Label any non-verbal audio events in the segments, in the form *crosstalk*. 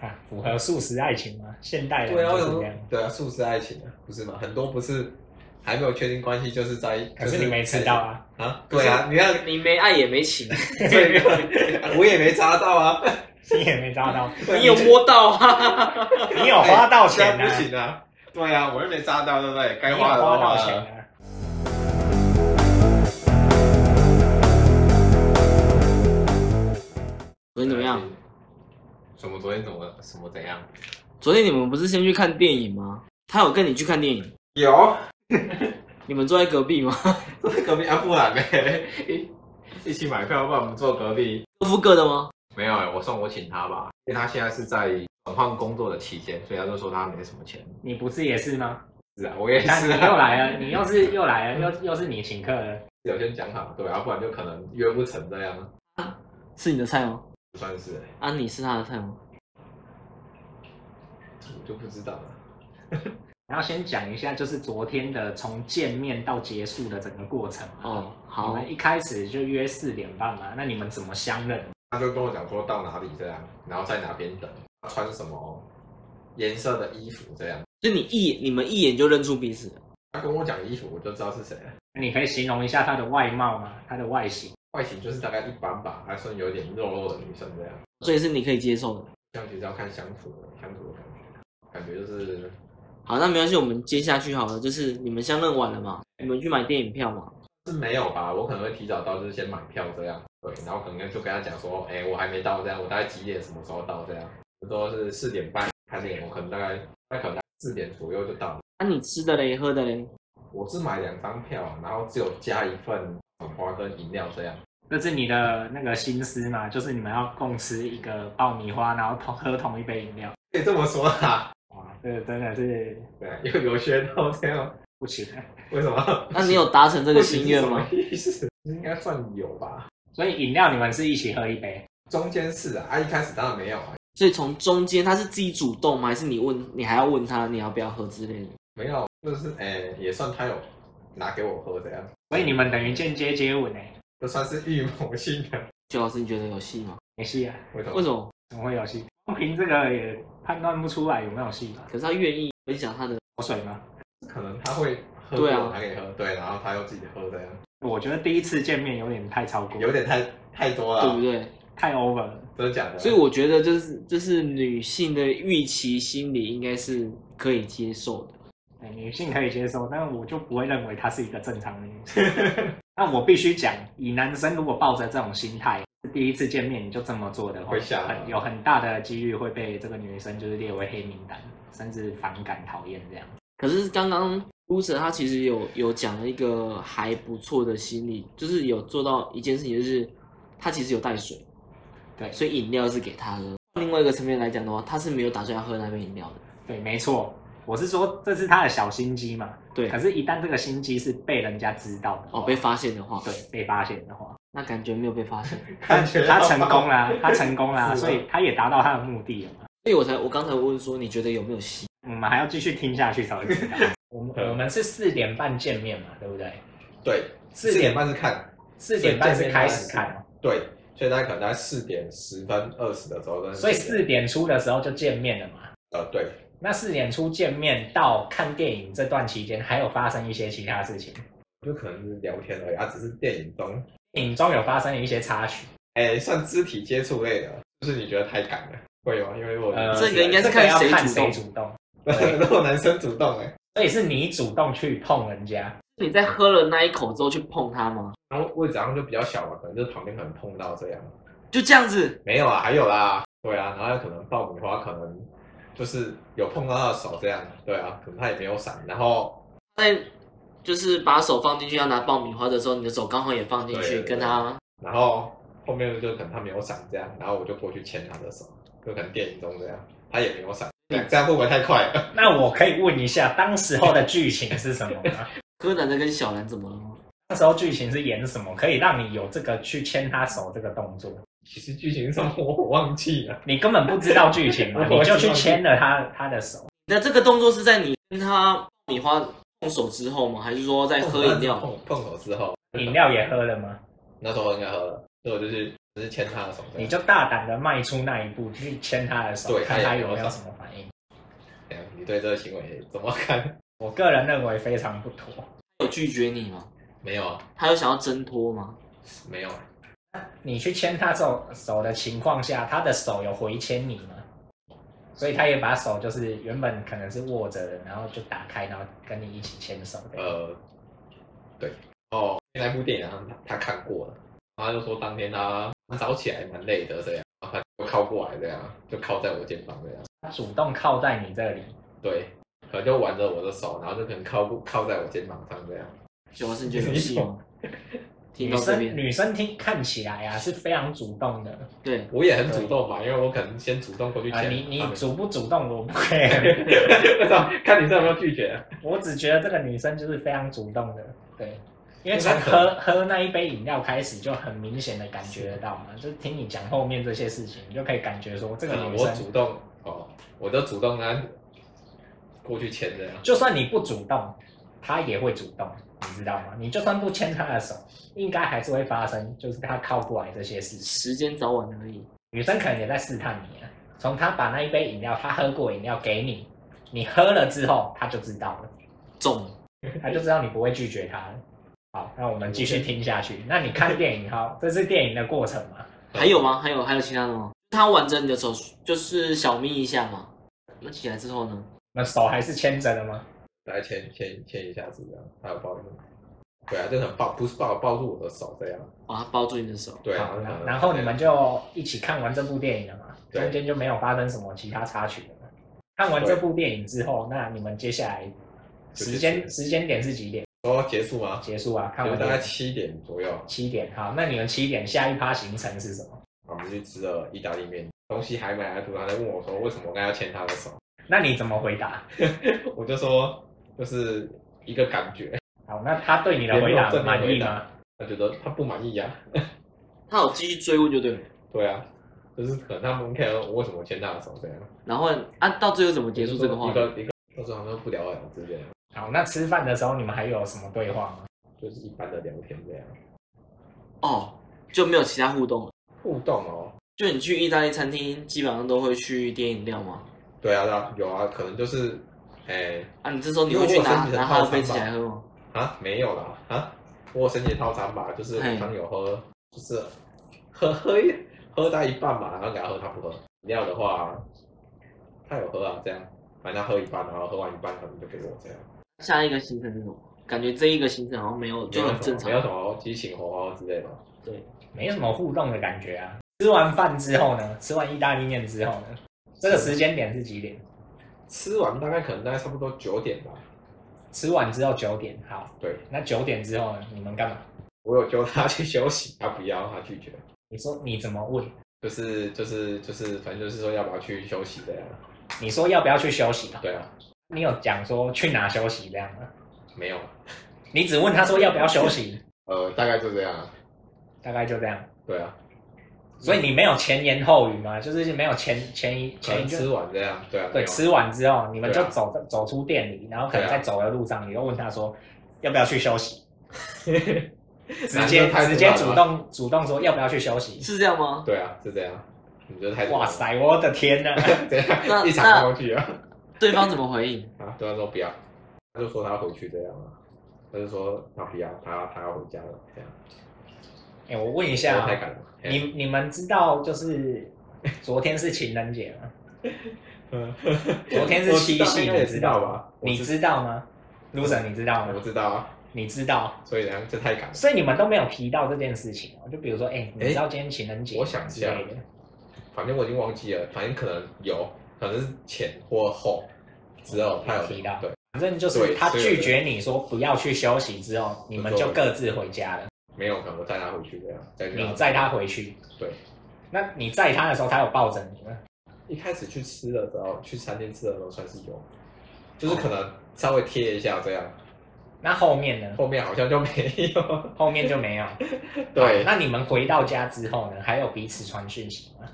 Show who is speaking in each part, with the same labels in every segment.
Speaker 1: 啊符合素食爱情吗？现代人
Speaker 2: 对啊，
Speaker 1: 就
Speaker 2: 为什
Speaker 1: 是
Speaker 2: 么
Speaker 1: 这样。
Speaker 2: 对啊，素食爱情啊，不是吗？很多不是还没有确定关系，就是在
Speaker 1: 可是你没吃到啊，
Speaker 2: 啊？对啊，
Speaker 1: *laughs*
Speaker 2: 你看，
Speaker 3: 你没爱也没 *laughs* 情，
Speaker 2: 对，我也没扎
Speaker 1: *laughs*
Speaker 2: 到啊，
Speaker 1: 你也没抓到，
Speaker 3: 你有摸到 *laughs* 啊？
Speaker 1: 你有花到
Speaker 2: 这
Speaker 1: 钱
Speaker 2: 样不 *laughs*
Speaker 1: 啊，
Speaker 2: 行啊。对啊，我又没扎到，对不对？
Speaker 1: 你
Speaker 2: 该
Speaker 1: 有
Speaker 2: 花的都
Speaker 1: 花
Speaker 2: 花
Speaker 1: 到钱
Speaker 2: 了。
Speaker 1: 啊。
Speaker 3: 昨天怎么样？？
Speaker 2: 什么？昨天怎么？什么怎样？
Speaker 3: 昨天你们不是先去看电影吗？他有跟你去看电影，
Speaker 2: 有，
Speaker 3: 你们坐在隔壁吗？ *laughs*
Speaker 2: 坐在隔壁啊，不然呢？一一起买票，不然我们坐隔壁。
Speaker 3: 各付各的吗？
Speaker 2: 没有哎、我送我请他吧，因为他现在是在转换工作的期间，所以他就说他没什么钱。
Speaker 1: 你不是也是吗？
Speaker 2: 是啊，我也
Speaker 1: 你看
Speaker 2: 是、
Speaker 1: 你
Speaker 2: 啊。
Speaker 1: 又来了，你又是又来了，又又是你请客了。
Speaker 2: 有先讲好，对啊，不然就可能约不成这样，
Speaker 3: 是你的菜吗？
Speaker 2: 不算是、欸，
Speaker 3: 啊，你是他的菜吗？
Speaker 2: 我就不知道了。
Speaker 1: 然后先讲一下，就是昨天的从见面到结束的整个过程嘛。
Speaker 3: 哦，
Speaker 1: 我
Speaker 3: 好，
Speaker 1: 们一开始就约四点半嘛，那你们怎么相认？
Speaker 2: 他就跟我讲说到哪里这样，然后在哪边等，穿什么颜色的衣服这样。
Speaker 3: 就你一眼，你们一眼就认出彼此了。
Speaker 2: 他跟我讲衣服，我就知道是谁了。
Speaker 1: 那你可以形容一下她的外貌吗？她的外形？
Speaker 2: 外形就是大概一般吧，还算有点肉肉的女生这样。
Speaker 3: 所以是你可以接受的。
Speaker 2: 这样其实要看相处的相处的感觉，感觉就是
Speaker 3: 好，那没关系，我们接下去好了，就是你们相认完了嘛，你们去买电影票嘛。
Speaker 2: 是没有吧，我可能会提早到，就是先买票这样，对，然后可能就跟他讲说，哎、我还没到这样，我大概几点什么时候到这样，都是四点半看电影，我可能大概那可能四点左右就到了。
Speaker 3: 那、啊你吃的嘞，喝的嘞，
Speaker 2: 我是买两张票，然后只有加一份小花跟饮料这样，
Speaker 1: 这是你的那个心思嘛？就是你们要共吃一个爆米花，然后同喝同一杯饮料。
Speaker 2: 可以这么说啦，
Speaker 1: 哇，这个真的是
Speaker 2: 对，又有学到这样，
Speaker 1: 不行。
Speaker 2: 为什么？
Speaker 3: 那你有达成这
Speaker 2: 这
Speaker 3: 个心 *laughs* 愿
Speaker 2: *laughs*
Speaker 3: 吗？？
Speaker 2: 意思应该算有吧，
Speaker 1: 所以饮料你们是一起喝一杯，
Speaker 2: 中间是啊，啊一开始当然没有啊，
Speaker 3: 所以从中间他是自己主动吗？还是你问你还要问他你要不要喝之类的？
Speaker 2: 没有，就是哎、也算他有拿给我喝这样，
Speaker 1: 所以你们等于间接接吻呢、欸
Speaker 2: 这算是预谋性的。
Speaker 3: 邱老师，你觉得有戏吗？
Speaker 1: 没戏啊，
Speaker 2: 为什么
Speaker 3: 为？什么？
Speaker 1: 怎么会有戏？光凭这个也判断不出来有没有戏吧？
Speaker 3: 可是他愿意分享他的，
Speaker 1: 口水吗？
Speaker 2: 可能他会喝过
Speaker 3: 对啊
Speaker 2: 我才可以喝，对，然后他又自己喝这样，
Speaker 1: 我觉得第一次见面有点太超过，
Speaker 2: 有点太太多
Speaker 3: 对不
Speaker 2: 了，啊
Speaker 3: 对？
Speaker 1: 太 over 了。
Speaker 2: 真的假的？
Speaker 3: 所以我觉得就是就是女性的预期心理应该是可以接受的。
Speaker 1: 哎女性可以接受，但我就不会认为她是一个正常的女性。 *laughs* 那我必须讲，以男生如果抱着这种心态，第一次见面你就这么做的话，
Speaker 2: 会吓
Speaker 1: 很
Speaker 2: 到
Speaker 1: 有很大的几率会被这个女生就是列为黑名单，甚至反感、讨厌这样。
Speaker 3: 可是刚刚 Loser 他其实有有讲了一个还不错的心理，就是有做到一件事情，就是他其实有带水，
Speaker 1: 对
Speaker 3: 所以饮料是给他的。另外一个层面来讲的话，他是没有打算要喝那杯饮料的。
Speaker 1: 对，没错，我是说这是他的小心机嘛。
Speaker 3: 对
Speaker 1: 可，是，一旦这个心机是被人家知道的话
Speaker 3: 哦，被发现的话，
Speaker 1: 对被发现的话，
Speaker 3: 那感觉没有被发现，所
Speaker 2: 感觉
Speaker 1: 他
Speaker 2: 到
Speaker 1: 成功啦，他成功
Speaker 2: 是
Speaker 1: 啦，
Speaker 2: 啊
Speaker 1: 所以他也达到他的目的了嘛。
Speaker 3: 以我才我刚才问说，你觉得有没有戏？
Speaker 1: 我们嗯还要继续听下去才会 *laughs* 知道。我们我们是四点半见面嘛，对不对？
Speaker 2: *laughs* 对，
Speaker 1: 四点半
Speaker 2: 半是看，
Speaker 1: 四点半是开始看，
Speaker 2: 对，所以大家可能在四点十分、二十的时候，
Speaker 1: 所以四点出的时候就见面了嘛。
Speaker 2: 呃对，
Speaker 1: 那四点出见面到看电影这段期间，还有发生一些其他事情，
Speaker 2: 就可能是聊天而已，啊，只是电影中，
Speaker 1: 电影中有发生一些插曲。
Speaker 2: 哎，算肢体接触类的，就是你觉得太赶了，会吗？因为我
Speaker 1: 呃，
Speaker 3: 这个应该是看
Speaker 1: 这个
Speaker 3: 谁
Speaker 1: 要看
Speaker 3: 主动
Speaker 1: 谁主动，
Speaker 2: *laughs* 如果男生主动哎，
Speaker 1: 所以是你主动去碰人家，
Speaker 3: 你在喝了那一口之后去碰它吗？
Speaker 2: 然后位置好像就比较小嘛，可能就旁边可能碰到这样。
Speaker 3: 就这样子，
Speaker 2: 没有啊，还有啦，对啊，然后可能爆米花可能就是有碰到他的手这样，对啊，可能他也没有闪，然后
Speaker 3: 在就是把手放进去要拿爆米花的时候，你的手刚好也放进
Speaker 2: 对
Speaker 3: 去，
Speaker 2: 对
Speaker 3: 跟他
Speaker 2: 然后后面就可能他没有闪这样，然后我就过去牵他的手，就可能电影中这样，他也没有闪，这样这样会不会太快了？ *laughs*
Speaker 1: 那我可以问一下，当时候的剧情是什么吗？ *laughs*
Speaker 3: 柯南在跟小兰怎么了吗？
Speaker 1: 那时候剧情是演什么，可以让你有这个去牵他手这个动作？
Speaker 2: 其实剧情是什么我忘记了，
Speaker 1: 你根本不知道剧情
Speaker 2: *laughs*
Speaker 1: 嘛，你就去牵了他他的手。
Speaker 3: 那这个动作是在你跟他爆米花碰手之后吗？还是说在喝饮料？
Speaker 2: 碰碰手之后，
Speaker 1: 饮料也喝了吗？
Speaker 2: 那时候应该喝了，所以我就去只是牵他的手这样，
Speaker 1: 你就大胆的迈出那一步去牵他的手，
Speaker 2: 对
Speaker 1: 看
Speaker 2: 他
Speaker 1: 他
Speaker 2: 也
Speaker 1: 有没
Speaker 2: 没
Speaker 1: 有
Speaker 2: 有
Speaker 1: 什么反应。
Speaker 2: 这样哎你对这个行为怎么看？
Speaker 1: 我个人认为非常不妥。
Speaker 3: 有拒绝你吗？
Speaker 2: 没有啊，
Speaker 3: 他有想要挣脱吗？
Speaker 2: 没有啊，
Speaker 1: 你去牵他手手的情况下，他的手有回牵你吗？所以他也把手就是原本可能是握着的，然后就打开，然后跟你一起牵手的。
Speaker 2: 呃，对，哦，那部电影啊他他看过了，然后他就说当天他很早起来蛮累的这样，然后他就靠过来这样，就靠在我肩膀这样，
Speaker 1: 他主动靠在你这里，
Speaker 2: 对，可能就挽着我的手，然后就可能靠不靠在我肩膀上这样，
Speaker 3: 九老师，你觉得有戏吗？听
Speaker 1: 女
Speaker 3: 到这
Speaker 1: 生
Speaker 3: 边，
Speaker 1: 女生听看起来啊是非常主动的啊、
Speaker 3: 对，
Speaker 2: 我也很主动嘛，因为我可能先主动过去牵、
Speaker 1: 哎你你
Speaker 2: 他 *laughs* 们
Speaker 1: 主不主动我不 care，
Speaker 2: 看你是有没有拒绝、啊
Speaker 1: 我只觉得这个女生就是非常主动的，对，因为
Speaker 2: 因为
Speaker 1: 从
Speaker 2: 她可
Speaker 1: 喝喝那一杯饮料开始就很明显的感觉得到嘛，就是听你讲后面这些事情，你就可以感觉说这个
Speaker 2: 嗯
Speaker 1: 女
Speaker 2: 我
Speaker 1: 生
Speaker 2: 主动哦，我就主动啊过去牵这样。
Speaker 1: 就算你不主动，他也会主动，你知道吗？你就算不牵他的手，应该还是会发生，就是他靠过来这些事情。
Speaker 3: 时间早晚而已。
Speaker 1: 女生可能也在试探你啊，从他把那一杯饮料，他喝过饮料给你，你喝了之后，他就知道了，
Speaker 3: 中，
Speaker 1: 他就知道你不会拒绝他了。好，那我们继续听下去。那你看电影哈，这是电影的过程嘛？
Speaker 3: 还有吗？还有还有其他的吗？他挽着你的手，就是小眯一下嘛。那起来之后呢？
Speaker 1: 那手还是牵着的吗？
Speaker 2: 来牵牵牵一下子这样，还有抱住。对啊，就很抱，不是抱抱住我的手这样。
Speaker 3: 哦，他包住你的手，
Speaker 2: 对啊
Speaker 1: 好，
Speaker 2: 然后
Speaker 1: 然后你们就一起看完这部电影了嘛？
Speaker 2: 对
Speaker 1: 中间就没有发生什么其他插曲了嘛？看完这部电影之后，那你们接下来
Speaker 2: 就
Speaker 1: 时
Speaker 2: 结束
Speaker 1: 间
Speaker 2: 了
Speaker 1: 时间点是几点
Speaker 2: 哦结束吗？
Speaker 1: 结束啊？看
Speaker 2: 就
Speaker 1: 完
Speaker 2: 大概
Speaker 1: 电影
Speaker 2: 七点左右，
Speaker 1: 七点，好，那你们七点下一趴行程是什么？
Speaker 2: 我们去吃了意大利面，东西还没来途，他在问我说为什么我刚才要牵他的手， *laughs*
Speaker 1: 那你怎么回答？
Speaker 2: 我就说就是一个感觉，
Speaker 1: 好，那他对你的回答
Speaker 2: 有没有
Speaker 1: 满
Speaker 2: 正面
Speaker 1: 意
Speaker 2: 回答
Speaker 1: 吗？
Speaker 2: 他觉得他不满意啊。
Speaker 3: 他有继续追问就对了。
Speaker 2: 对啊，就是可能他们 care 我为什么牵他的手这样。
Speaker 3: 然后啊，到最后怎么结束这个话
Speaker 2: 一
Speaker 3: 题？
Speaker 2: 个一个，到时候好像不聊了之类的，
Speaker 1: 好，那吃饭的时候你们还有什么对话吗？
Speaker 2: 就是一般的聊天这样。
Speaker 3: 哦，就没有其他互动了。
Speaker 2: 互动哦，
Speaker 3: 就你去意大利餐厅，基本上都会去点饮料嘛。
Speaker 2: 对啊，对啊，有啊，可能就是，哎、
Speaker 3: 啊，你这时候你会去拿
Speaker 2: 因为我身体很
Speaker 3: 拿他
Speaker 2: 好
Speaker 3: 的
Speaker 2: 吃
Speaker 3: 杯
Speaker 2: 嘛
Speaker 3: 起来喝吗？
Speaker 2: 啊，没有啦，啊，我有申请套餐吧，就是
Speaker 3: 嘿
Speaker 2: 我刚有喝，就是喝喝一喝到一半嘛，然后给他喝，他不喝。饮料的话，他有喝啊，这样，反正他喝一半，然后喝完一半，可能就给我这样，
Speaker 3: 下一个行程是什么？感觉这一个行程好像没有，就很正常
Speaker 2: 没。有什么激情火花之类的。
Speaker 1: 没什么互动的感觉啊。吃完饭之后呢？吃完意大利面之后呢？这个时间点是几点？
Speaker 2: 吃完大概可能大概差不多九点吧，
Speaker 1: 吃完之后九点，好，
Speaker 2: 对
Speaker 1: 那九点之后呢？你们干嘛？
Speaker 2: 我有叫他去休息，他不要，他拒绝。
Speaker 1: 你说你怎么问？
Speaker 2: 就是就是就是，反正就是说要不要去休息这样。
Speaker 1: 你说要不要去休息啊？
Speaker 2: 对啊，
Speaker 1: 你有讲说去哪休息这样吗？
Speaker 2: 没有，
Speaker 1: 你只问他说要不要休
Speaker 2: *laughs*
Speaker 1: 息，
Speaker 2: 呃，大概就这样啊。
Speaker 1: 大概就这样。
Speaker 2: 对啊，
Speaker 1: 所以你没有前言后语嘛，就是没有前前一
Speaker 2: 可
Speaker 1: 前
Speaker 2: 能
Speaker 1: 一
Speaker 2: 呃吃
Speaker 1: 就
Speaker 2: 完这样，对啊，没
Speaker 1: 对，
Speaker 2: 有
Speaker 1: 吃完之后你们就
Speaker 2: 对啊
Speaker 1: 走、走出店里，然后可能
Speaker 2: 对啊
Speaker 1: 在走的路上，你又问他说要不要去休息，
Speaker 2: *laughs*
Speaker 1: 直
Speaker 2: 男
Speaker 1: 接
Speaker 2: 生太
Speaker 1: 直接
Speaker 2: 突
Speaker 1: 主
Speaker 2: 然了
Speaker 1: 动主动说要不要去休息。
Speaker 3: 是这样吗？
Speaker 2: 对啊，是这样。你觉得太
Speaker 1: 哇，塞，我的天
Speaker 2: *laughs*
Speaker 1: 呐！
Speaker 2: 这
Speaker 3: 那
Speaker 2: 样一场过去啊
Speaker 3: 对方怎么回
Speaker 2: *laughs*
Speaker 3: 应？
Speaker 2: 啊！对他说不要，他就说他要回去这样啊，他就说他不要，他他要回家了这样。
Speaker 1: 哎、我问一
Speaker 2: 我
Speaker 1: 下
Speaker 2: 太
Speaker 1: 啊，
Speaker 2: 敢了。
Speaker 1: 你你们知道就是昨天是情人节吗？ *laughs* 昨天是七夕，
Speaker 2: 也
Speaker 1: 你
Speaker 2: 知
Speaker 1: 知
Speaker 2: 道
Speaker 1: 道
Speaker 2: 吧？ *laughs* 我
Speaker 1: 你知道吗？Lucy，你知道
Speaker 2: 我
Speaker 1: 吗？
Speaker 2: 知道啊，
Speaker 1: 你知道，
Speaker 2: 所以呢，这太敢了。
Speaker 1: 所以你们都没有提到这件事情哦。就比如说，哎、你知道今天情人节
Speaker 2: 我想一
Speaker 1: 之
Speaker 2: 下
Speaker 1: 类的，
Speaker 2: 反正我已经忘记了，反正可能有，可能是前或后，只有他有
Speaker 1: 提到
Speaker 2: 对，
Speaker 1: 反正就是
Speaker 2: 对
Speaker 1: 他
Speaker 2: 所以
Speaker 1: 拒绝你说不要去休息之后，你们就各自回家了。
Speaker 2: 没有可能我载他回去这样，再去
Speaker 1: 你载他回去，
Speaker 2: 对。
Speaker 1: 那你载他的时候，他有抱着你吗？
Speaker 2: 一开始去吃的时候，去餐厅吃的时候算是有，就是可能稍微贴一下这样，
Speaker 1: 那后面呢？
Speaker 2: 后面好像就没有。
Speaker 1: 后面就没有。
Speaker 2: *laughs* 对，
Speaker 1: 那你们回到家之后呢？还有彼此传讯息吗？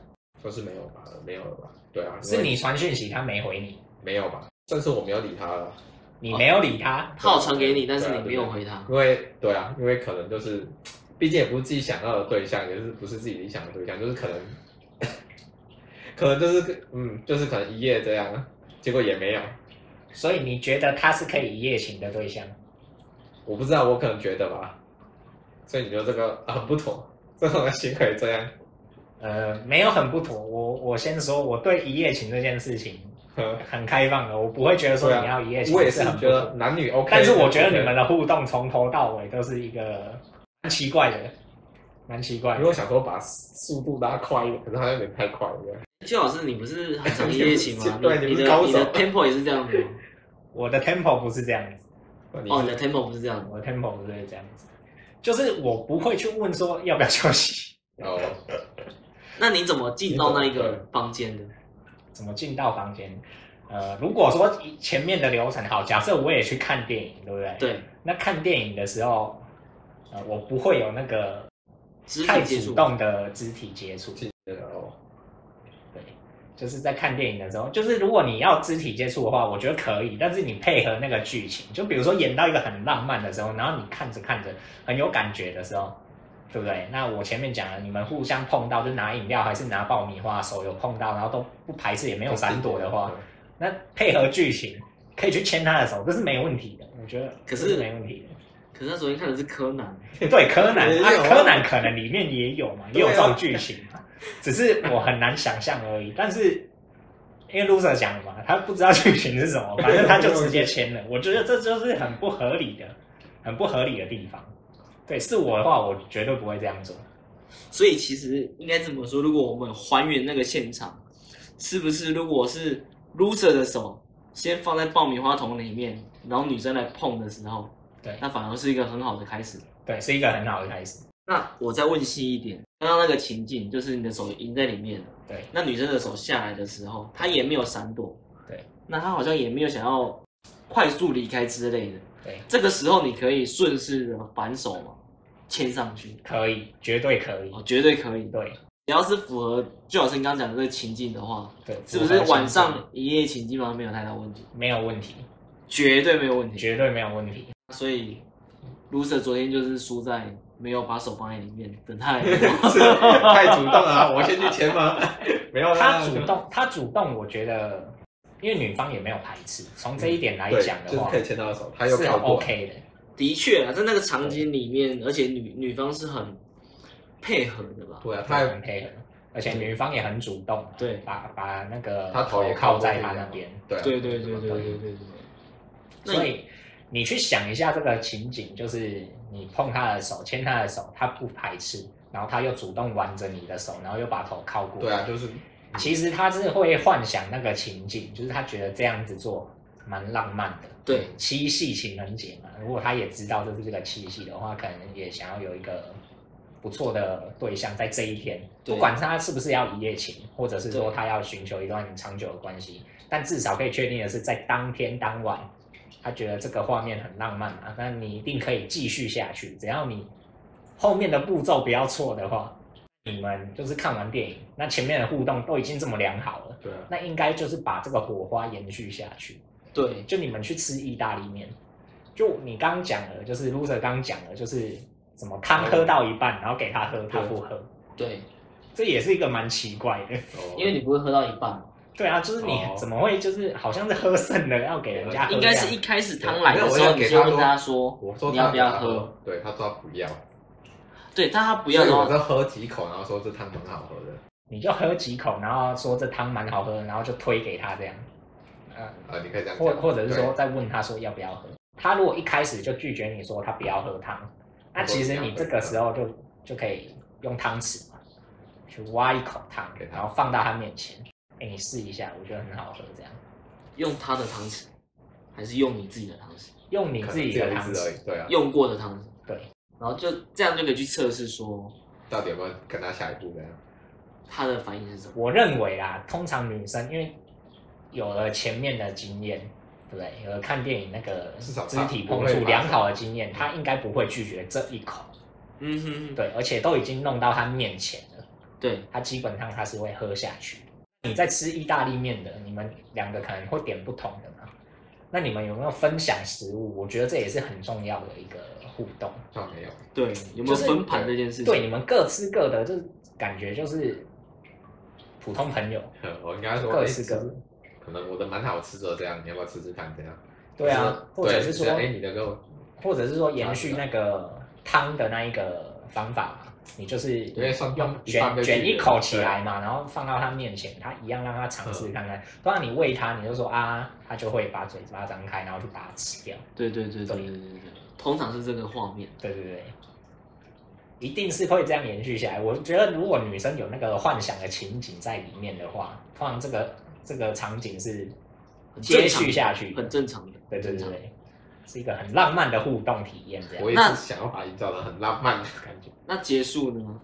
Speaker 2: 就是没有吧，没有了吧？对啊，因
Speaker 1: 是
Speaker 2: 为
Speaker 1: 你传讯息，他没回你，
Speaker 2: 没有吧？但是我没有理他了，
Speaker 1: 你没有理他。
Speaker 3: 他有传给你，但是
Speaker 2: 对啊
Speaker 3: 你没有回他。
Speaker 2: 因为对啊，因为可能就是毕竟也不是自己想要的对象，也是不是自己理想的对象，就是可能，可能就是嗯，就是可能一夜这样，结果也没有，
Speaker 1: 所以你觉得他是可以一夜情的对象？
Speaker 2: 我不知道，我可能觉得吧，所以你觉得这个很不妥，这种行为这样，
Speaker 1: 呃，没有很不妥。我我先说，我对一夜情这件事情
Speaker 2: 呵
Speaker 1: 很开放的，我不会觉得说
Speaker 2: 对啊
Speaker 1: 你要一夜情、
Speaker 2: 我也是
Speaker 1: 很不
Speaker 2: 觉
Speaker 1: 妥
Speaker 2: 得男女 OK，
Speaker 1: 但是我觉得你们
Speaker 2: 的，
Speaker 1: 的互动从头到尾都是一个蛮奇怪的，蛮奇怪
Speaker 2: 因为我想说把速度拉快一点，可是好像有点太快了，
Speaker 3: 邱老师，你不是很常一夜情
Speaker 2: *laughs*
Speaker 3: 吗？
Speaker 2: 对啊你
Speaker 3: 你
Speaker 2: 不是
Speaker 3: 的
Speaker 2: 高手
Speaker 3: 你的 tempo 也是这
Speaker 2: *laughs*
Speaker 3: 样子吗？
Speaker 1: 我的 tempo 不是这样子，
Speaker 2: 你
Speaker 3: 哦，你的 tempo 不是这样的。
Speaker 1: 我的 tempo 不是这样子，就是我不会去问说要不要休息，
Speaker 2: 哦，
Speaker 3: 那你怎么进到那一
Speaker 2: 你怎么
Speaker 3: 个房间的？
Speaker 1: 怎么进到房间。呃，如果说前面的流程好，假设我也去看电影，对不对？。
Speaker 3: 对，
Speaker 1: 那看电影的时候，呃，我不会有那个
Speaker 3: 肢
Speaker 1: 太
Speaker 3: 体接
Speaker 1: 主
Speaker 3: 触。
Speaker 1: 动的肢体接触。
Speaker 2: 记得哦，
Speaker 1: 对，就是在看电影的时候，就是如果你要肢体接触的话，我觉得可以，但是你配合那个剧情，就比如说演到一个很浪漫的时候，然后你看着看着很有感觉的时候，对不对？那我前面讲了，你们互相碰到，就拿饮料还是拿爆米花，手有碰到，然后都不排斥也没有闪躲的话，那配合剧情可以去牵他的手，这是没问题的，我觉得
Speaker 3: 可是
Speaker 1: 这没问题的。 *laughs*
Speaker 3: 可是他昨天看的是柯南，
Speaker 1: 对，柯南
Speaker 2: 也
Speaker 1: 啊
Speaker 2: 有，啊
Speaker 1: 柯南可能里面也有嘛，也有
Speaker 2: 对啊
Speaker 1: 这种剧情嘛，只是我很难想象而已。但是因为 loser 讲了嘛，他不知道剧情是什么，反正他就直接签了。我觉得这就是很不合理的，很不合理的地方。对，是我的话，我绝对不会这样做。
Speaker 3: 所以其实应该怎么说？如果我们还原那个现场，是不是如果是 loser 的手先放在爆米花桶里面，然后女生来碰的时候，
Speaker 1: 对
Speaker 3: 那反而是一个很好的开始。
Speaker 1: 对，是一个很好的开始。
Speaker 3: 那我再问细一点，刚刚那个情境就是你的手赢在里面了，
Speaker 1: 对
Speaker 3: 那女生的手下来的时候，她也没有闪躲，
Speaker 1: 对，
Speaker 3: 那她好像也没有想要快速离开之类的，
Speaker 1: 对，
Speaker 3: 这个时候你可以顺势的反手嘛，牵上去，
Speaker 1: 可以，绝对可以
Speaker 3: 哦，。绝对可以的，
Speaker 1: 对
Speaker 3: 只要是符合就老师你刚刚讲的这个情境的话，
Speaker 1: 对，
Speaker 3: 是不
Speaker 1: 符
Speaker 3: 是
Speaker 1: 合
Speaker 3: 晚
Speaker 1: 情境
Speaker 3: 上一夜情基本上没有太大问题，
Speaker 1: 没有问题？
Speaker 3: 绝对没有问题，
Speaker 1: 绝对没有问题。
Speaker 3: 所以 loser 昨天就是输在没有把手放在里面，等她来
Speaker 2: 是太主动了啊，我先去签吗？
Speaker 1: *laughs*
Speaker 2: 没有啦，
Speaker 1: 他主动，他主动，我觉得，因为女方也没有排斥。从这一点来
Speaker 2: 嗯对，
Speaker 1: 讲的
Speaker 2: 就是
Speaker 1: 话，
Speaker 2: 可以牵到手，他又
Speaker 1: 是
Speaker 2: 靠
Speaker 1: 很
Speaker 2: 过来
Speaker 1: OK 的。
Speaker 3: *laughs* 的确啊，在那个场景里面，而且女女方是很配合的吧？
Speaker 2: 对啊，
Speaker 1: 他
Speaker 2: 他
Speaker 1: 也
Speaker 2: 有
Speaker 1: 很配合，而且女方也很主动，
Speaker 3: 对
Speaker 1: 把把那个
Speaker 2: 他头也
Speaker 1: 靠
Speaker 2: 靠
Speaker 1: 在
Speaker 2: 过去
Speaker 1: 他
Speaker 2: 这
Speaker 1: 那
Speaker 2: 样
Speaker 1: 边，
Speaker 2: 对啊
Speaker 3: 对对对对对对对对。那
Speaker 1: 所以你去想一下这个情景，就是你碰他的手，牵他的手，他不排斥，然后他又主动挽着你的手，然后又把头靠过，
Speaker 2: 对啊，，就是
Speaker 1: 其实他是会幻想那个情景，就是他觉得这样子做蛮浪漫的，
Speaker 3: 对
Speaker 1: 七夕情人节嘛。如果他也知道这是这个七夕的话，可能也想要有一个不错的对象在这一天，
Speaker 3: 对
Speaker 1: 不管他是不是要一夜情，或者是说
Speaker 3: 对
Speaker 1: 他要寻求一段长久的关系，但至少可以确定的是，在当天当晚，他觉得这个画面很浪漫嘛，那你一定可以继续下去，只要你后面的步骤不要错的话。你们就是看完电影，那前面的互动都已经这么良好了，
Speaker 2: 对啊，
Speaker 1: 那应该就是把这个火花延续下去。
Speaker 3: 对
Speaker 1: 就你们去吃意大利面，就你刚刚讲了，就是 loser 刚刚讲了，就是什么汤喝到一半，然后给他喝，他不喝，
Speaker 3: 对，
Speaker 1: 这也是一个蛮奇怪的。 *laughs*
Speaker 2: 哦
Speaker 3: 因为你不会喝到一半嘛，
Speaker 1: 对啊，就是你
Speaker 2: 哦呃
Speaker 1: 怎么会就是好像是喝剩的要给人家喝
Speaker 3: 应
Speaker 1: 这样？
Speaker 3: 该是一开始汤来的时
Speaker 2: 没有我
Speaker 3: 候，
Speaker 2: 要
Speaker 3: 你
Speaker 2: 给
Speaker 3: 就
Speaker 2: 他
Speaker 3: 问他说
Speaker 2: 我说
Speaker 3: 你
Speaker 2: 他
Speaker 3: 要不要
Speaker 2: 他
Speaker 3: 喝？，
Speaker 2: 对，他说他不要，
Speaker 3: 对，但他不
Speaker 2: 不
Speaker 3: 要的
Speaker 2: 我
Speaker 3: 话，
Speaker 2: 就喝几口，然后说这汤蛮好喝的，
Speaker 1: 你就喝几口，然后说这汤蛮好喝的，然后就推给他这样。呃，
Speaker 2: 啊，你可以这样
Speaker 1: 或
Speaker 2: 讲，
Speaker 1: 或者是说
Speaker 2: 对，
Speaker 1: 再问他说要不要喝。他如果一开始就拒绝你说他不要喝汤，那其实你这个时候就就可以用汤匙嘛，去挖一口汤
Speaker 2: 给，他
Speaker 1: 然后放到他面前，哎，你试一下，我觉得很好喝，这样
Speaker 3: 用他的汤匙，还是用你自己的汤匙，
Speaker 1: 用你
Speaker 2: 可能
Speaker 1: 自己
Speaker 2: 只有
Speaker 1: 的
Speaker 2: 一
Speaker 1: 汤
Speaker 2: 次而
Speaker 1: 匙，
Speaker 2: 已，对啊，
Speaker 3: 用过的汤匙，
Speaker 1: 对，
Speaker 3: 然后就这样就可以去测试说
Speaker 2: 到底有没有跟他下一步这样？
Speaker 3: 他的反应是什么。
Speaker 1: 我认为啦，通常女生因为有了前面的经验，对不对？有了看电影那个
Speaker 2: 至少
Speaker 1: 肢
Speaker 2: 她
Speaker 1: 体
Speaker 2: 不
Speaker 1: 碰
Speaker 2: 会
Speaker 1: 触
Speaker 2: 怕
Speaker 1: 良
Speaker 2: 手
Speaker 1: 好的经验，她应该不会拒绝这一口，
Speaker 3: 嗯哼哼，
Speaker 1: 对，而且都已经弄到她面前了。
Speaker 3: 对
Speaker 1: 它基本上它是会喝下去。你在吃意大利面的，你们两个可能会点不同的嘛，那你们有没有分享食物？我觉得这也是很重要的一个互动。
Speaker 2: 好像没有，
Speaker 3: 对，有没
Speaker 1: 就
Speaker 3: 有
Speaker 1: 是
Speaker 3: 分盘这件事情？
Speaker 1: 对，你们各吃各的，就是感觉就是普通朋友，
Speaker 2: *laughs* 我应该说
Speaker 1: 各
Speaker 2: 哎
Speaker 1: 吃
Speaker 2: 其实
Speaker 1: 各的。
Speaker 2: 可能我的蛮好吃的这样，你要不要吃吃看这样？
Speaker 1: 对啊，
Speaker 2: 就
Speaker 1: 或者
Speaker 2: 对
Speaker 1: 是
Speaker 2: 就
Speaker 1: 说
Speaker 2: 哎，你的给我，
Speaker 1: 或者是说延续那个汤的那一个方法嘛，你就是
Speaker 2: 因为算
Speaker 1: 用
Speaker 2: 一般
Speaker 1: 卷
Speaker 2: 被
Speaker 1: 卷
Speaker 2: 拒
Speaker 1: 一
Speaker 2: 绝
Speaker 1: 口起来嘛，然后放到他面前，他一样让他尝
Speaker 2: 嗯
Speaker 1: 试看看。不然你喂他，你就说啊，他就会把嘴巴张开，然后就把它吃掉。
Speaker 3: 对对对对对对对对，通常是这个画面。
Speaker 1: 对对对，一定是会这样延续下来。我觉得如果女生有那个幻想的情景在里面的话，通常这个这个场景是
Speaker 3: 很
Speaker 1: 接
Speaker 3: 正常
Speaker 1: 续下去。
Speaker 3: 很正常的，
Speaker 1: 对对
Speaker 3: 很
Speaker 1: 对
Speaker 3: 正常。
Speaker 1: 对，是一个很浪漫的互动体验。这样
Speaker 2: 我也
Speaker 3: 那
Speaker 2: 是想要把它营造的很浪漫的感觉。
Speaker 3: 那结束呢？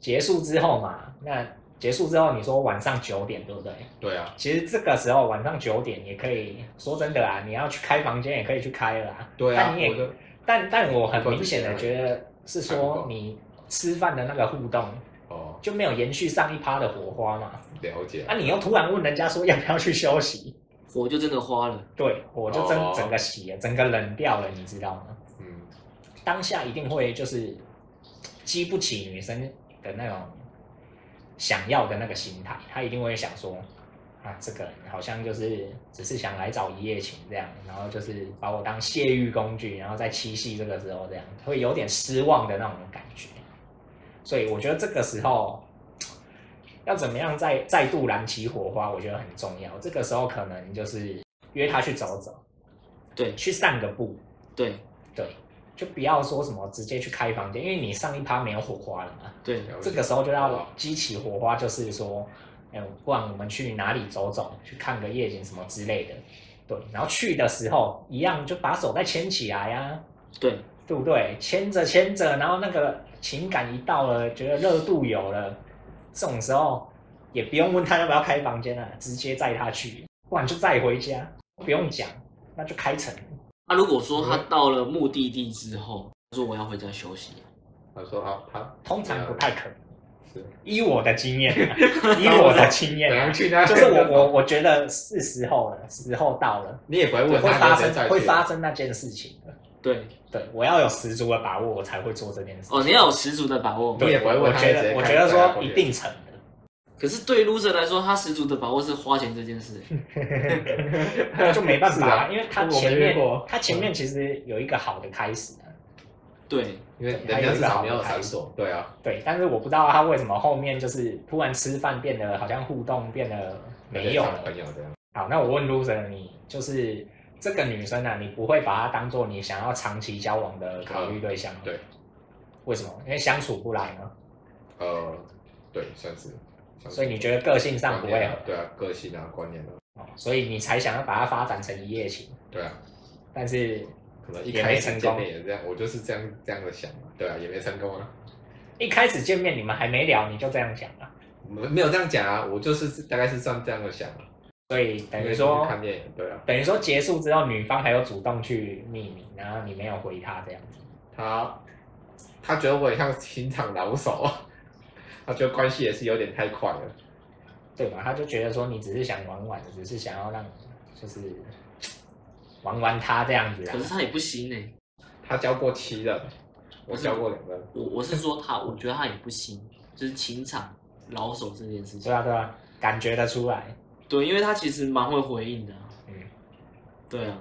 Speaker 1: 结束之后嘛，那结束之后你说晚上九点对不对？
Speaker 2: 对啊，
Speaker 1: 其实这个时候晚上九点也可以，说真的啊，你要去开房间也可以去开了啊。
Speaker 2: 对啊，
Speaker 1: 但你也
Speaker 2: 我就
Speaker 1: 但但我很明显的觉得是
Speaker 2: 看不
Speaker 1: 说
Speaker 2: 懂
Speaker 1: 你吃饭的那个互动
Speaker 2: 哦
Speaker 1: 就没有延续上一趴的火花嘛。
Speaker 2: 了解
Speaker 1: 啊，，你又突然问人家说要不要去休息，
Speaker 3: 火就真的花了，
Speaker 1: 对我就真、
Speaker 2: 哦
Speaker 1: 整个洗了，整个冷掉了，你知道吗？
Speaker 2: 嗯，
Speaker 1: 当下一定会就是激不起女生的那种想要的那个心态，她一定会想说啊，这个人好像就是只是想来找一夜情这样，然后就是把我当泄欲工具，然后在七夕这个时候这样，会有点失望的那种感觉。所以我觉得这个时候要怎么样再再度燃起火花，我觉得很重要。这个时候可能就是约她去走走，
Speaker 3: 对
Speaker 1: 去散个步，
Speaker 3: 对
Speaker 1: 对，就不要说什么直接去开房间，因为你上一趴没有火花了嘛。
Speaker 3: 对，
Speaker 2: 了解哦
Speaker 1: 这个时候就要激起火花，就是说，哎、不然我们去哪里走走，去看个夜景什么之类的。对，然后去的时候一样就把手再牵起来呀、
Speaker 3: 对，
Speaker 1: 对不对？牵着牵着，然后那个情感一到了，觉得热度有了，这种时候也不用问他要不要开房间了、直接载他去，不然就载回家，不用讲，那就开成。
Speaker 3: 那、啊如果说他到了目的地之后，他说我要回家休息，
Speaker 2: 他说好，他
Speaker 1: 通常不太可能。
Speaker 2: 是
Speaker 1: 依我的经验
Speaker 2: *laughs*
Speaker 1: 啊、依我的经验
Speaker 2: 怎
Speaker 1: 啊、
Speaker 2: *laughs* 样去那？
Speaker 1: 就是我我我觉得是时候了，时候到了，
Speaker 2: 你也不会
Speaker 1: 对，
Speaker 2: 问
Speaker 1: 会发
Speaker 2: 他你再
Speaker 1: 生
Speaker 2: 去
Speaker 1: 会发生那件事情的。
Speaker 3: 对
Speaker 1: 对，我要有十足的把握，我才会做这件事情。
Speaker 3: 哦，你要有十足的把握。
Speaker 2: 你
Speaker 1: 对，
Speaker 2: 也不会问
Speaker 1: 我
Speaker 2: 他
Speaker 1: 觉
Speaker 2: 直接
Speaker 1: 得我
Speaker 2: 开
Speaker 1: 觉得
Speaker 2: 大家
Speaker 1: 说
Speaker 2: 过去
Speaker 1: 一定成的。
Speaker 3: 可是对 loser 来说，他十足的把握是花钱这件事。
Speaker 1: 嗯就没办法、
Speaker 2: *laughs* 是啊
Speaker 1: 因为他
Speaker 2: 我没
Speaker 1: 前
Speaker 2: 遇过嗯
Speaker 1: 面他前面其实有一个好的开始、啊，
Speaker 3: 对，
Speaker 2: 因为人家至少没有闪躲，对啊，
Speaker 1: 对，但是我不知道他为什么后面就是突然吃饭变得好像互动变得没有
Speaker 2: 人
Speaker 1: 了
Speaker 2: 家像。朋友这样，
Speaker 1: 好，那我问 loser 你，就是这个女生啊，你不会把她当做你想要长期交往的考虑对象吗、
Speaker 2: 对，
Speaker 1: 为什么？因为相处不来吗？
Speaker 2: 呃，对，算是，算是
Speaker 1: 所以你觉得个性上不
Speaker 2: 观
Speaker 1: 会
Speaker 2: 念啊
Speaker 1: 合，
Speaker 2: 对啊，个性啊，观念啊，
Speaker 1: 哦所以你才想要把它发展成一夜情，
Speaker 2: 对啊，
Speaker 1: 但是
Speaker 2: 可能一
Speaker 1: 也
Speaker 2: 开
Speaker 1: 没
Speaker 2: 始
Speaker 1: 成
Speaker 2: 见
Speaker 1: 功
Speaker 2: 面也这样，我就是这样这样的想嘛，对啊，也没成功啊。
Speaker 1: 一开始见面你们还没聊，你就这样讲了，
Speaker 2: 没没有这样讲啊，我就是大概是像这样的想啊，
Speaker 1: 所以等
Speaker 2: 因
Speaker 1: 于
Speaker 2: 为
Speaker 1: 说
Speaker 2: 出去看电影，对啊，
Speaker 1: 等于说结束之后，女方还有主动去密你，然后你没有回她这样子。
Speaker 2: 他他觉得我也像情场老手，啊他觉得关系也是有点太快了，
Speaker 1: 对嘛？他就觉得说你只是想玩玩，只是想要让就是玩玩他这样子啊
Speaker 3: 可。是他也不行欸呢、
Speaker 2: 他交过七任，我交过两任，
Speaker 3: 我我是说他，我觉得他也不行，就是情场老手这件事
Speaker 1: 对
Speaker 3: 情。
Speaker 1: 啊对啊，感觉得出来。
Speaker 3: 对，因为他其实蛮会回应的啊。
Speaker 1: 嗯，
Speaker 3: 对啊，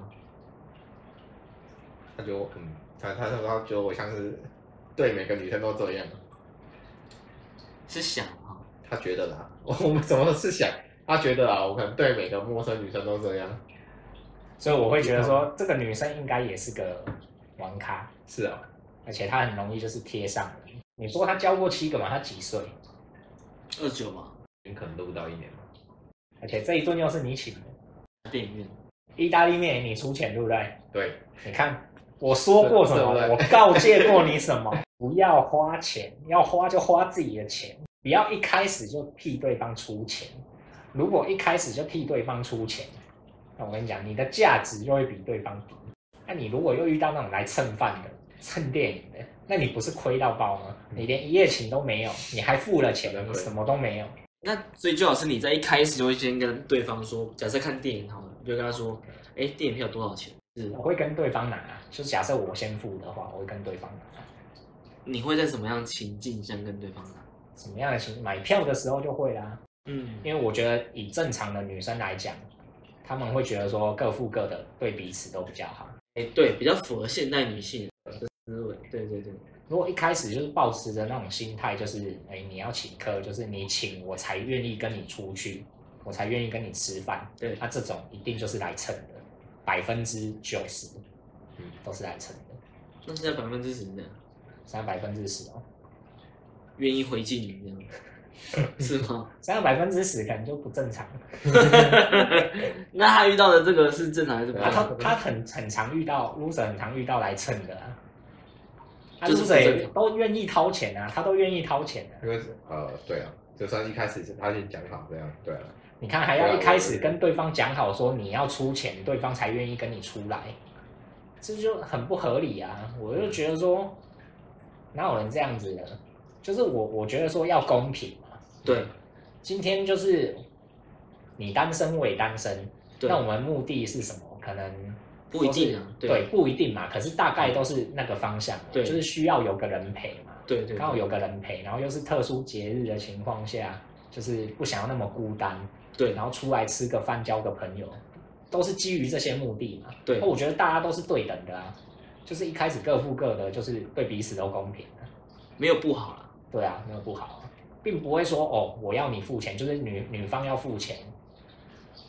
Speaker 2: 他觉得我嗯，他他他他觉得我像是对每个女生都这样，啊
Speaker 3: 是想啊，
Speaker 2: 他觉得啦，我我们什么是想，他觉得啊，我可能对每个陌生女生都这样，
Speaker 1: 所以我会觉得说这个女生应该也是个玩咖，
Speaker 2: 是啊，
Speaker 1: 而且她很容易就是贴上你。你说她交过七个嘛？她几岁？
Speaker 3: 二九吧，
Speaker 2: 你可能都不到一年吧，
Speaker 1: 而且这一顿又是你请的，
Speaker 3: 电影院。
Speaker 1: 意大利面也你出钱对不对？
Speaker 2: 对，
Speaker 1: 你看我说过什么
Speaker 2: 对，对
Speaker 1: 我告诫过你什么， *laughs* 不要花钱，要花就花自己的钱，不要一开始就替对方出钱。如果一开始就替对方出钱，那我跟你讲，你的价值就会比对方低。那你如果又遇到那种来蹭饭的、蹭电影的，那你不是亏到爆吗？你连一夜情都没有，你还付了钱
Speaker 2: 真，的
Speaker 1: 你
Speaker 2: 会
Speaker 1: 什么都没有。
Speaker 3: 那所以最好是你在一开始就会先跟对方说，假设看电影好了，你就跟他说，
Speaker 1: 嗯
Speaker 3: 哎、电影票多少钱？是
Speaker 1: 我会跟对方拿，就是假设我先付的话，我会跟对方拿。
Speaker 3: 你会在什么样的情境下跟对方拿？
Speaker 1: 什么样的情买票的时候就会啦、
Speaker 3: 嗯，
Speaker 1: 因为我觉得以正常的女生来讲，她们会觉得说各付各的，对彼此都比较好。
Speaker 3: 哎、对，比较符合现代女性的思维。对对对，
Speaker 1: 如果一开始就是抱持着那种心态，就是哎、你要请客，就是你请我才愿意跟你出去，我才愿意跟你吃饭。
Speaker 3: 对
Speaker 1: 那、这种一定就是来蹭的，百分之九十，
Speaker 2: 嗯
Speaker 1: 都是来蹭的，
Speaker 3: 那现在百分之十的
Speaker 1: 现在百分之十哦，
Speaker 3: 愿意回敬你
Speaker 1: *laughs*
Speaker 3: 这样，是吗？
Speaker 1: 现在百分之十可能就不正常。
Speaker 3: *laughs* 那他遇到的这个是正常还是不
Speaker 1: 啊，
Speaker 3: 正
Speaker 1: 他
Speaker 3: 常？
Speaker 1: 他很很常遇到 loser，很常遇到来蹭的啊。啊
Speaker 3: 就是
Speaker 1: loser
Speaker 3: 不
Speaker 1: 也
Speaker 3: 正
Speaker 1: 都愿意掏钱啊，他都愿意掏钱的、
Speaker 2: 因为是呃，对啊，就算一开始是他先讲好这样，对啊，
Speaker 1: 你看，还
Speaker 2: 对
Speaker 1: 要
Speaker 2: 啊
Speaker 1: 一开始跟对方讲好说你要出钱，对方才愿意跟你出来，这就很不合理啊！我就觉得说，哪有人这样子的？就是我我觉得说要公平嘛。
Speaker 3: 对
Speaker 1: 今天就是你单身我也单身，
Speaker 3: 对
Speaker 1: 那，我们目的是什么？可能
Speaker 3: 不一定啊。
Speaker 1: 对
Speaker 3: 对
Speaker 1: 不一定嘛。可是大概都是那个方向嘛，
Speaker 3: 对
Speaker 1: 就是需要有个人陪嘛。
Speaker 3: 对对，
Speaker 1: 刚好有个人陪，然后又是特殊节日的情况下，就是不想要那么孤单，
Speaker 3: 对
Speaker 1: 然后出来吃个饭，交个朋友，都是基于这些目的嘛。
Speaker 3: 对
Speaker 1: 那我觉得大家都是对等的啊，就是一开始各付各的，就是对彼此都公平的。
Speaker 3: 没有不好啦。
Speaker 1: 对啊，没有不好啊，并不会说哦，我要你付钱，就是女女方要付钱，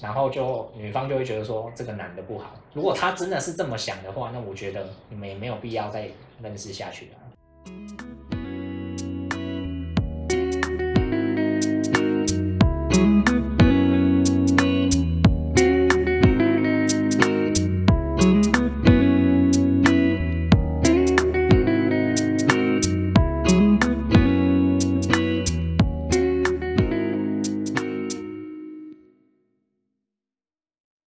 Speaker 1: 然后就女方就会觉得说这个男的不好。如果他真的是这么想的话，那我觉得你们也没有必要再认识下去了、